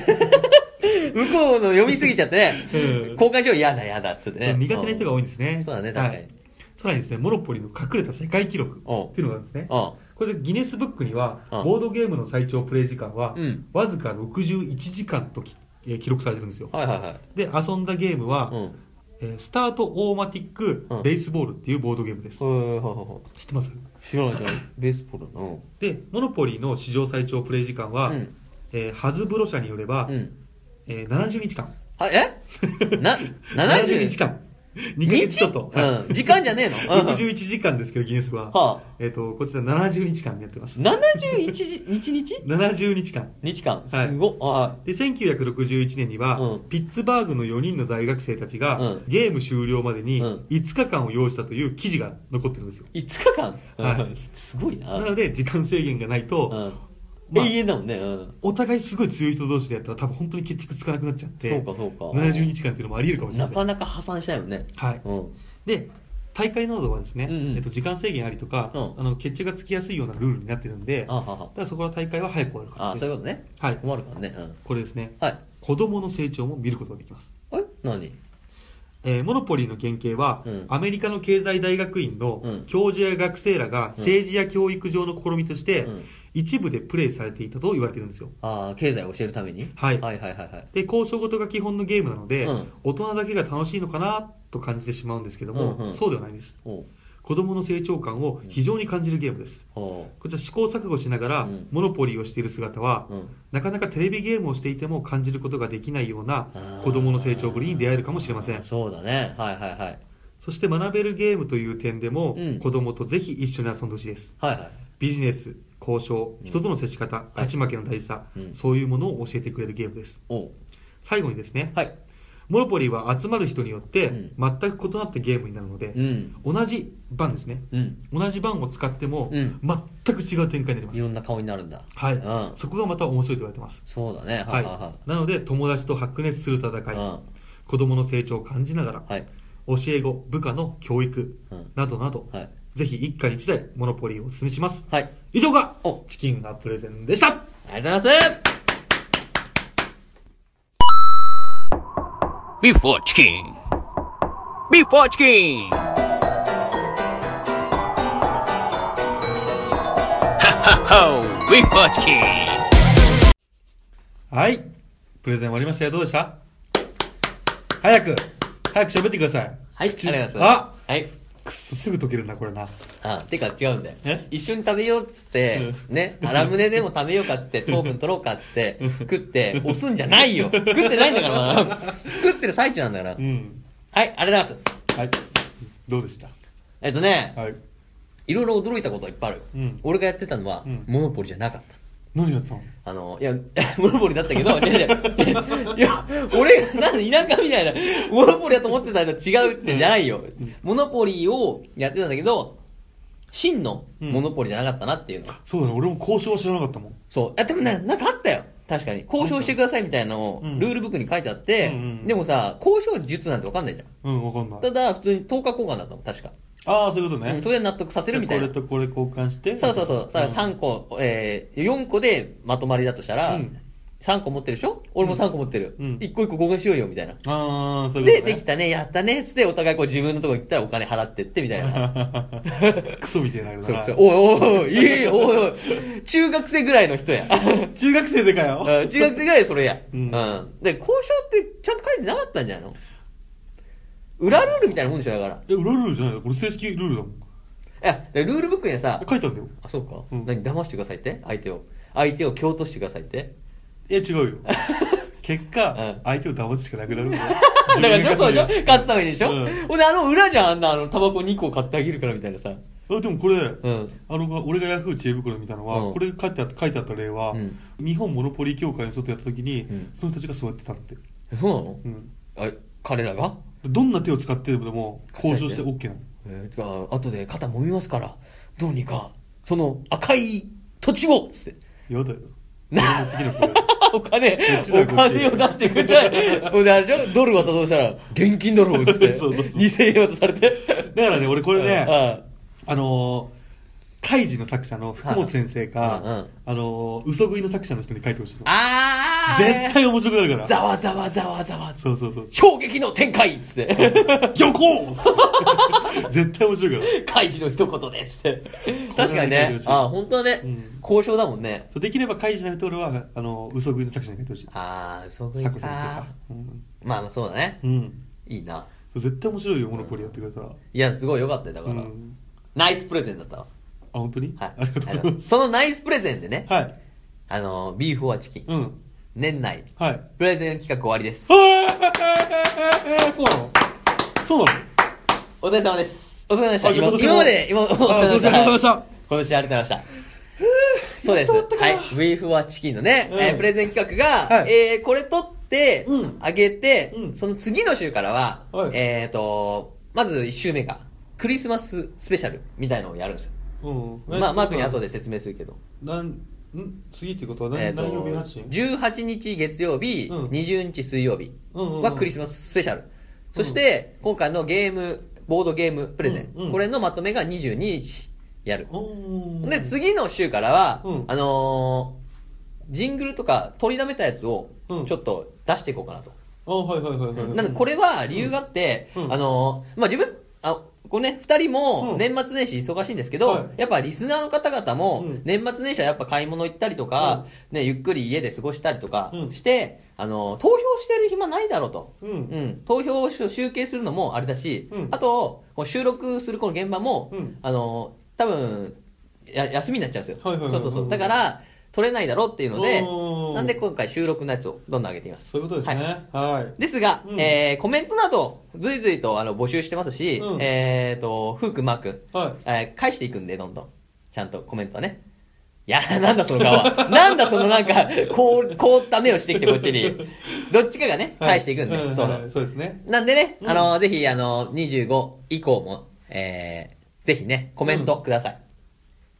S3: 向こうの読みすぎちゃってね。
S1: うん
S3: 公開しよう、嫌だ、嫌だ、つってね。
S1: 苦手な人が多いんですね、
S3: そうだね、確か
S1: は
S3: に
S1: い。さらにですねモノポリの隠れた世界記録っていうのがあるんですねこれでギネスブックには
S3: うん
S1: ボードゲームの最長プレイ時間は、
S3: うん
S1: わずか61時間とき、えー記録されてるんですよ
S3: うん。はいはいはい。
S1: で遊んだゲームは、
S3: うん。
S1: えースタートオーマティック
S3: うん
S1: ベースボールっていうボードゲームです、
S3: はいはいは
S1: 知ってます
S3: い。知らない、知らない。ベースボールの。
S1: でモノポリの史上最長プレイ時間は、
S3: うん
S1: えーハズブロ社によれば、
S3: うん。
S1: えー70日間
S3: あ、えな、70?
S1: 日間2ヶ月ちょっと、
S3: 日うん。時間じゃねえの。うん。
S1: 61時間ですけどギネスは、
S3: はあ。
S1: えっ、とこちら70日間やってます
S3: 71日、1日
S1: 70日間
S3: 日間。
S1: はい
S3: すごっ。あ
S1: で1961年には、
S3: うん
S1: ピッツバーグの4人の大学生たちが、
S3: うん
S1: ゲーム終了までに
S3: うん
S1: 5日間を要したという記事が残ってるんですよ、
S3: 5日間
S1: はい
S3: うんすごいな。
S1: なので時間制限がないと、
S3: うん、
S1: まあ
S3: 永遠だもんね、うん、
S1: お互いすごい強い人同士でやったら多分本当に決着つかなくなっちゃって
S3: そうかそうか
S1: 70日間っていうのもあり得るかもしれ
S3: な
S1: ません
S3: かなか破産しないもんね、
S1: はい
S3: うん、
S1: で大会濃度はですね、
S3: うんうん
S1: えっと、時間制限ありとか、
S3: うん
S1: あの決着がつきやすいようなルールになってるんで
S3: あは
S1: だからそこの大会は早く終わる
S3: あ
S1: 感
S3: あ
S1: じ
S3: そう
S1: です
S3: いうことね
S1: はい
S3: 困るからね、うん、
S1: これですね
S3: はい
S1: 子供の成長も見ることができます
S3: え何
S1: えーモノポリーの原型は、
S3: うん
S1: アメリカの経済大学院の
S3: うん
S1: 教授や学生らが政治や教育上の試みとして、
S3: うん
S1: 一部でプレイされていたと言われてるんですよ
S3: ああ、経済を教えるために、
S1: はい
S3: はいはいはいはい。
S1: で交渉事が基本のゲームなので、
S3: うん
S1: 大人だけが楽しいのかなと感じてしまうんですけども、
S3: うんうん
S1: そうではないです
S3: おう
S1: 子供の成長感を非常に感じるゲームです
S3: お
S1: こちら試行錯誤しながら、
S3: うん
S1: モノポリーをしている姿は、
S3: う、うん。
S1: なかなかテレビゲームをしていても感じることができないような
S3: あー
S1: 子供の成長ぶりに出会えるかもしれません
S3: そうだね。はいはいはい。
S1: そして学べるゲームという点でも、
S3: うん
S1: 子供とぜひ一緒に遊んでほしいです
S3: はいはい。
S1: ビジネス交渉人との接し方、勝ち負けの大事さ、
S3: うん
S1: そういうものを教えてくれるゲームです
S3: おう
S1: 最後にですね
S3: はい。
S1: モノポリーは集まる人によって
S3: うん
S1: 全く異なったゲームになるので
S3: う、ん。
S1: 同じ番ですね
S3: うん。
S1: 同じ番を使っても、
S3: うん
S1: 全く違う展開になり
S3: い
S1: ま
S3: ろんな顔になるんだ。
S1: すはい、
S3: うん
S1: そこがまた面白いと言われてます
S3: そうだね。は
S1: はいい、
S3: はいは
S1: なので友達と白熱する戦い、
S3: い。
S1: 子供の成長を感じながら
S3: うん。はい。
S1: 教え子部下の教育
S3: うん。
S1: などなど
S3: はい。
S1: ぜひ一家に一台モノポリーをお勧めします
S3: はい。
S1: 以上が
S3: お
S1: チキンがプレゼンでした
S3: ありがとうございます
S4: Before chicken. Before chicken. Ha ha ho! Before chicken.
S1: はいプレゼン終わりましたよどうでした早く早く喋ってください
S3: はい、ありがとうございます。
S1: あ
S3: はい。
S1: くっそすぐ溶けるなこれな
S3: あ、てか違うんだよ
S1: え。
S3: 一緒に食べようっつって、 ね、腹胸でも食べようかっつって、糖分取ろうかっつって、食って、押すんじゃないよ。食ってないんだからな。食ってる最中なんだから。
S1: うん
S3: はい、ありがとうございます。
S1: はいどうでした
S3: えっとね、
S1: はい
S3: いろいろ驚いたことはいっぱいあるよ。
S1: うん
S3: 俺がやってたのは、
S1: うん
S3: モノポリじゃなかった。
S1: 何やってたの
S3: あの、いや、 モノポリだったけど、違う違う。いや、俺が、なん田舎みたいな、モノポリだと思ってたのと違うってじゃないよ。モノポリをやってたんだけど、真のモノポリじゃなかったなっていうの。
S1: そうだね俺も交渉は知らなかったもん
S3: そう。あ、でもね、なんかあったよ。確かに。交渉してくださいみたいなのを、
S1: うん
S3: ルールブックに書いてあって、
S1: うんうん
S3: でもさ、交渉術なんてわかんないじゃん。
S1: うんわかんな
S3: た
S1: い
S3: だ、普通に10日交換だったもん、確か。
S1: ああそういうこと
S3: う
S1: ね
S3: ん、それで納得させるみたいな。
S1: じゃあこれとこれ交換して
S3: そうそうそう。さ3個、えー、4個でまとまりだとしたら、
S1: うん
S3: 三3個持ってるでしょ俺も3個持ってる。
S1: うん
S3: 一1個1個交換しようよ、みたいな。
S1: ああそうい
S3: で、
S1: うことね
S3: できたね、やったね、つって、お互いこう自分のとこ行ったらお金払ってって、みたい な。
S1: クソみたいなやつ
S3: そう
S1: だ
S3: そう
S1: な。
S3: おいおいおい、いいおいおい、中学生ぐらいの 人や。
S1: 中学生でかよ。
S3: うん中学生ぐらいでそれや。
S1: う
S3: うんん。で、交渉ってちゃんと書いてなかったんじゃないの裏ルールみたいなもんでしょ、だから。
S1: え、裏ルールじゃないよ。これ正式ルールだもん。
S3: いや、でルールブックにはさ
S1: え、書いたんだよ。
S3: あ、そうか。
S1: うん
S3: 何、騙してくださいって相手を。相手を蹴落としてくださいって。
S1: え、違う よ。結
S3: う
S1: 果
S3: ん、
S1: 相手を騙すしかなくなるんだよ。
S3: だからちょっとでしょ
S1: 自分が
S3: 勝つためにでしょ、
S1: うん
S3: ほんで、あの裏じゃん、あんな、あの、タバコ2個買ってあげるからみたいなさ。
S1: あ、でもこれ、
S3: うん。
S1: あの、俺がヤフー知恵袋見たの
S3: う
S1: は、
S3: ん
S1: これ書いてあった書いてあった例は
S3: うん、
S1: 日本モノポリー協会の人とやった時に
S3: うん、
S1: その人たちがそうやってたって。
S3: えそうなの
S1: うん。
S3: あ、彼らが
S1: どんな手を使ってでも、交渉して OK なの。
S3: えー、てか、後で肩揉みますから、どうにか、その赤い土地をつって。
S1: やだよ。俺持ってきなこれ。
S3: お金
S1: ち、だ
S3: お
S1: よこっち
S3: 金を出してくれない。ほんで、あれでしょドル渡そうとしたら、現金だろうっつっ て。
S1: そうそうそう
S3: 2000円渡されて。
S1: だからね、俺これね、
S3: あ
S1: あのー、カイジの作者の福本先生
S3: はいうんう
S1: が
S3: ん、
S1: あのー、嘘食いの作者の人に書いてほしいの。
S3: あー
S1: 絶対面白くなるから。
S3: ざわざわざわざわ。
S1: そうそう そう。
S3: 衝撃の展開っつって。
S1: 漁港 絶対面白いから。
S3: 開示の一言でっつって。確かに
S1: これは見て
S3: ね
S1: ほし。い
S3: あ、本当はね
S1: うん、
S3: 交渉だもんね。
S1: そうできればカイジじゃなくて俺は、あの、嘘食いの作者に書いてほしい。
S3: あー、嘘食い
S1: サコ先生
S3: か
S1: か。。うん。
S3: まあまあそうだね。
S1: うん。
S3: いいな。
S1: そう絶対面白いよ、モノポリやってくれたら。
S3: いや、すごい良かったよ、だ
S1: う
S3: から。
S1: ん。
S3: ナイスプレゼンだったわ。
S1: あ、本当に
S3: はい。
S1: ありがとうございま
S3: あの
S1: す。
S3: そのナイスプレゼンでね、
S1: はい。
S3: あの、ビーフォアチキン、
S1: うん。
S3: 年内、
S1: はい。
S3: プレゼン企画終わりです。
S1: そうなのそうなの
S3: お疲れ様です。お疲れ様でした。
S1: あじゃあ
S3: 今
S1: 今年も
S3: 今まで、今、お疲
S1: あ、どうしようございまし。
S3: はい
S1: た。
S3: 今年ありがとうございました。そうです。はい。ウィーフはチキンのね、
S1: うん
S3: えープレゼン企画が、
S1: はい
S3: えーこれ取って
S1: うん、
S3: あげて
S1: う、ん
S3: その次の週からは
S1: はい、
S3: えっと、まず1週目が、クリスマススペシャルみたいのをやるんですよ。
S1: うん。
S3: まあ、マークに後で説明するけど。
S1: なん、ん次ってことは
S3: え
S1: 何、
S3: ーと
S1: 何曜日発信
S3: 18日月曜日、
S1: うん
S3: 20日水曜日
S1: うんうんうん
S3: はクリスマススペシャル、そして今回のゲームボードゲームプレゼン、
S1: うんうん
S3: これのまとめが22日やる、
S1: うん
S3: で次の週からは、
S1: うん
S3: あのージングルとか取りだめたやつを
S1: うん
S3: ちょっと出していこうかなと、
S1: あはいはいはいはい。
S3: なんで、これは理由があって、
S1: うんうん
S3: あのーまあ、自分、あ、これね、二人
S1: う
S3: も
S1: ん
S3: 年末年始忙しいんですけど、
S1: はい
S3: やっぱリスナーの方々も
S1: うん、
S3: 年末年始はやっぱ買い物行ったりとか、ね、ゆっくり家で過ごしたりとか
S1: うん
S3: して、あのー投票してる暇ないだろうと。
S1: うん
S3: うん、投票を集計するのもあれだし、
S1: うん
S3: あと、こう収録するこの現場も、
S1: うん
S3: あのー多分、や休みになっちゃうんですよ。
S1: はいはいはい
S3: そうそうそうう。
S1: ん
S3: だから、取れないだろうっていうので
S1: うん、
S3: なんで今回収録のやつをどんどん上げています。
S1: そういうことです
S3: はい
S1: ね。はい。
S3: ですが、
S1: うん
S3: えーコメントなど、随々とあの募集してますし、
S1: うん
S3: えっ、と、ふうくん、まーくん、
S1: はい。
S3: えー返していくんで、どんどん。ちゃんとコメントはね。いや、 なんだその顔は。 なんだそのなんか、こう、凍った目をしてきて、こっちに。どっちかがね、
S1: はい
S3: 返していくんで。
S1: う
S3: そう
S1: はいそうですね。
S3: なんでね、あの、ぜひ、あの、25以降も、えー、ぜひね、コメントください。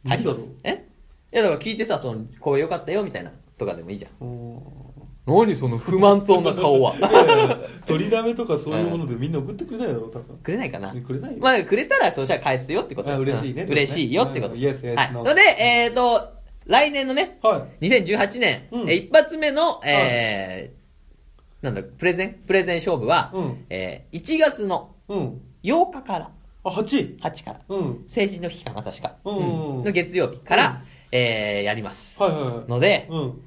S3: 返します
S1: なん。
S3: えいや、だから聞いてさ、その、これ良かったよ、みたいな、とかでもいいじゃん。
S1: うん
S3: 何その不満そうな顔は。
S1: 取りだめとかそういうものでみんな送ってくれないだろう、多分。
S3: くれないかな
S1: くれないよ
S3: まあ、くれたら、そしたら返すよってこと。
S1: あ嬉しいね
S3: うん嬉しいよってこと
S1: うん Yes, yes,
S3: はい。
S1: no
S3: ので、えっ、と、来年のね、
S1: は
S3: 2018年、
S1: うん
S3: えー一発目の、えーなんだ、プレゼンプレゼン勝負は、
S1: うん
S3: えー1月の
S1: い。うん。
S3: 8日から、
S1: あ、8!
S3: 8から、
S1: うん。
S3: 成人の日かな、確か。
S1: うんうんうん
S3: の月曜日から、えーやります。
S1: はいはいはい。
S3: ので、
S1: うん。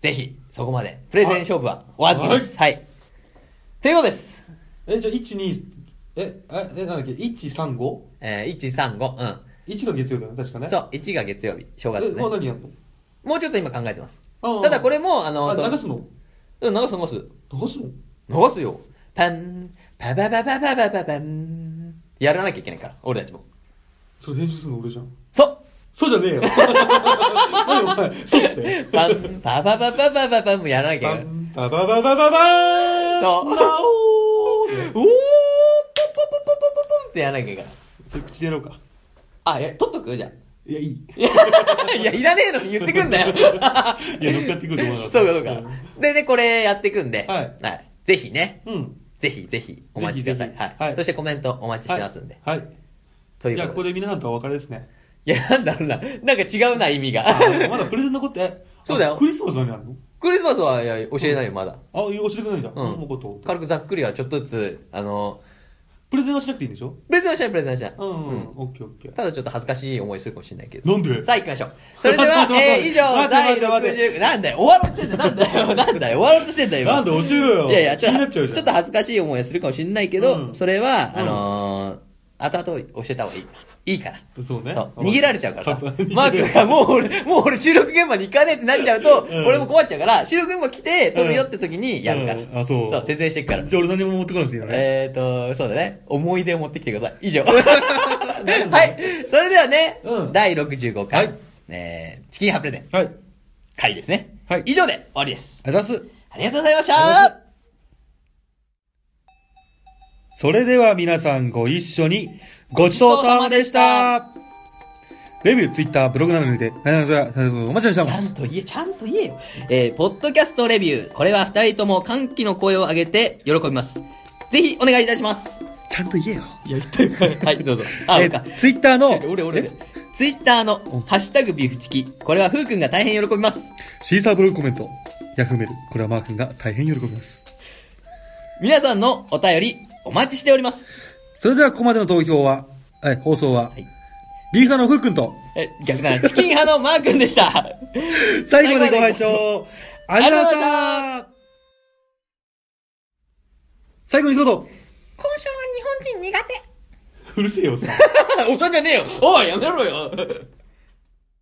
S3: ぜひ、そこまで、プレゼン勝負はお預けです。はい。ということです。
S1: え、じゃあ、1、2、え、え、えなんだっけ、1、3、5?
S3: えー、1、3、5、うん。
S1: 1が月曜だよね、確かね。
S3: そう、1が月曜日、正
S1: え、
S3: 月ね
S1: もう。何やんの
S3: もうちょっと今考えてます。
S1: ああ
S3: ただこれも、あの、
S1: あ、
S3: その
S1: 流すの
S3: うん、流す流す。
S1: 流すの
S3: 流すよ。パン、パパパパパパパパン。やらなきゃいけないから、俺たちも。
S1: それ編集するの俺じゃん。
S3: そう
S1: そうじゃねえよ。 何お前、そうって。
S3: パン、パパパパパパパンもやらなきゃ
S1: バ
S3: いけない。
S1: ンババババババーン
S3: そ
S1: なおー
S3: うおーポンポンポンポンポンポンポンってやらなきゃいけない。
S1: それ口でやろうか。
S3: あ、いや、取っとくじゃん。
S1: いや、い い。
S3: いや、いらねえのに言ってくんだ よ。
S1: いや、乗っかってくると思わなかった。
S3: そうか、そうか。で、で、これやってくんで、
S1: はい
S3: はい。ぜひね、
S1: うん。
S3: ぜひぜひお待ちください。
S1: ぜひぜひ
S3: は。
S1: はいい
S3: そしてコメントお待ちしてますんで。
S1: はい。
S3: という
S1: じゃあ、こ
S3: こ
S1: こ
S3: とで。
S1: で皆さんとはお別れです ね。
S3: いや、なんだろうな。なんか違うな、意味が。
S1: あーまだプレゼン残って、え
S3: そうだよ
S1: あクリスマス何あるの
S3: クリスマスはいや教えないよ、まだ。
S1: あ、教えてくれないんだ。
S3: うん
S1: もうこと。
S3: 軽くざっくりはちょっとずつ、あの、
S1: プレゼンはしなくていいんでしょ
S3: プレゼンはしない、プレゼンはしない。
S1: うんうん。オッケーオッケー。
S3: ただちょっと恥ずかしい思いするかもしれないけど。
S1: なんで
S3: さあ行きましょう。それでは
S1: 待っ、て
S3: えー、以上、
S1: 待
S3: 第
S1: って待って
S3: 69なんだよ、終わろうとしてんだよ、なんだよ、なんだよ、終わろうとしてんだよ、今
S1: なんで教えろよ。
S3: いやいや、ち
S1: 気
S3: ょ
S1: にな
S3: っ
S1: っちゃう
S3: と
S1: じゃん。
S3: ちょっと恥ずかしい思いはするかもしれないけど、
S1: うん
S3: それは、
S1: うん
S3: あのー、後々教えた方がいい。いいから。
S1: そうね
S3: そう逃げられちゃうか らさ
S1: さ。
S3: マークがもう俺、もう俺収録現場に行かねえってなっちゃうと、
S1: うん
S3: 俺も困っちゃうから、収録現場来て撮るよって時にやるから。
S1: うんあそう
S3: そう、説明していくから。
S1: じゃあ俺何も持ってこなくていいのね。
S3: えーと、そうだね。思い出を持ってきてくださ い。以上。はい。それではね、
S1: うん
S3: 第65回、
S1: はい
S3: えー、チキンハプレゼン
S1: はい。
S3: 回ですね。
S1: はい
S3: 以上で終わりです。
S1: あざす。
S3: ありがとうございまし
S1: ありがとうございま
S3: た
S1: それでは皆さんご一緒に、ごちそうさまでした。レビュー、ツイッター、ブログなどにおいて、何々々々お待ちしておりま
S3: ちゃ
S1: す。
S3: んと言え、ちゃんと言えよ。えー、ポッドキャストレビュー。これは二人とも歓喜の声を上げて喜びます。ぜひお願いいたします。
S1: ちゃんと言えよ。
S3: やりたい。はい、どうぞ。あ、
S1: え
S3: 俺か。
S1: ーツイッターの、
S3: 俺、俺、俺。ツイッターの、ハッシュタグビーフチキ。これはふうくんが大変喜びます。
S1: シーサーブログコメント、ヤフーメール、これはマー君が大変喜びます。
S3: 皆さんのお便り、お待ちしております。
S1: それではここまでの投票は、えー放送は、
S3: い
S1: ビーフ派のふうくんと、
S3: え、逆だな。チキン派のマー君で した。
S1: 最後までご拝聴ありがとうございました最後に一言
S2: 今週は日本人苦手
S1: うるせえよ、さ。
S3: おっさんじゃねえよ。おい、やめろよ。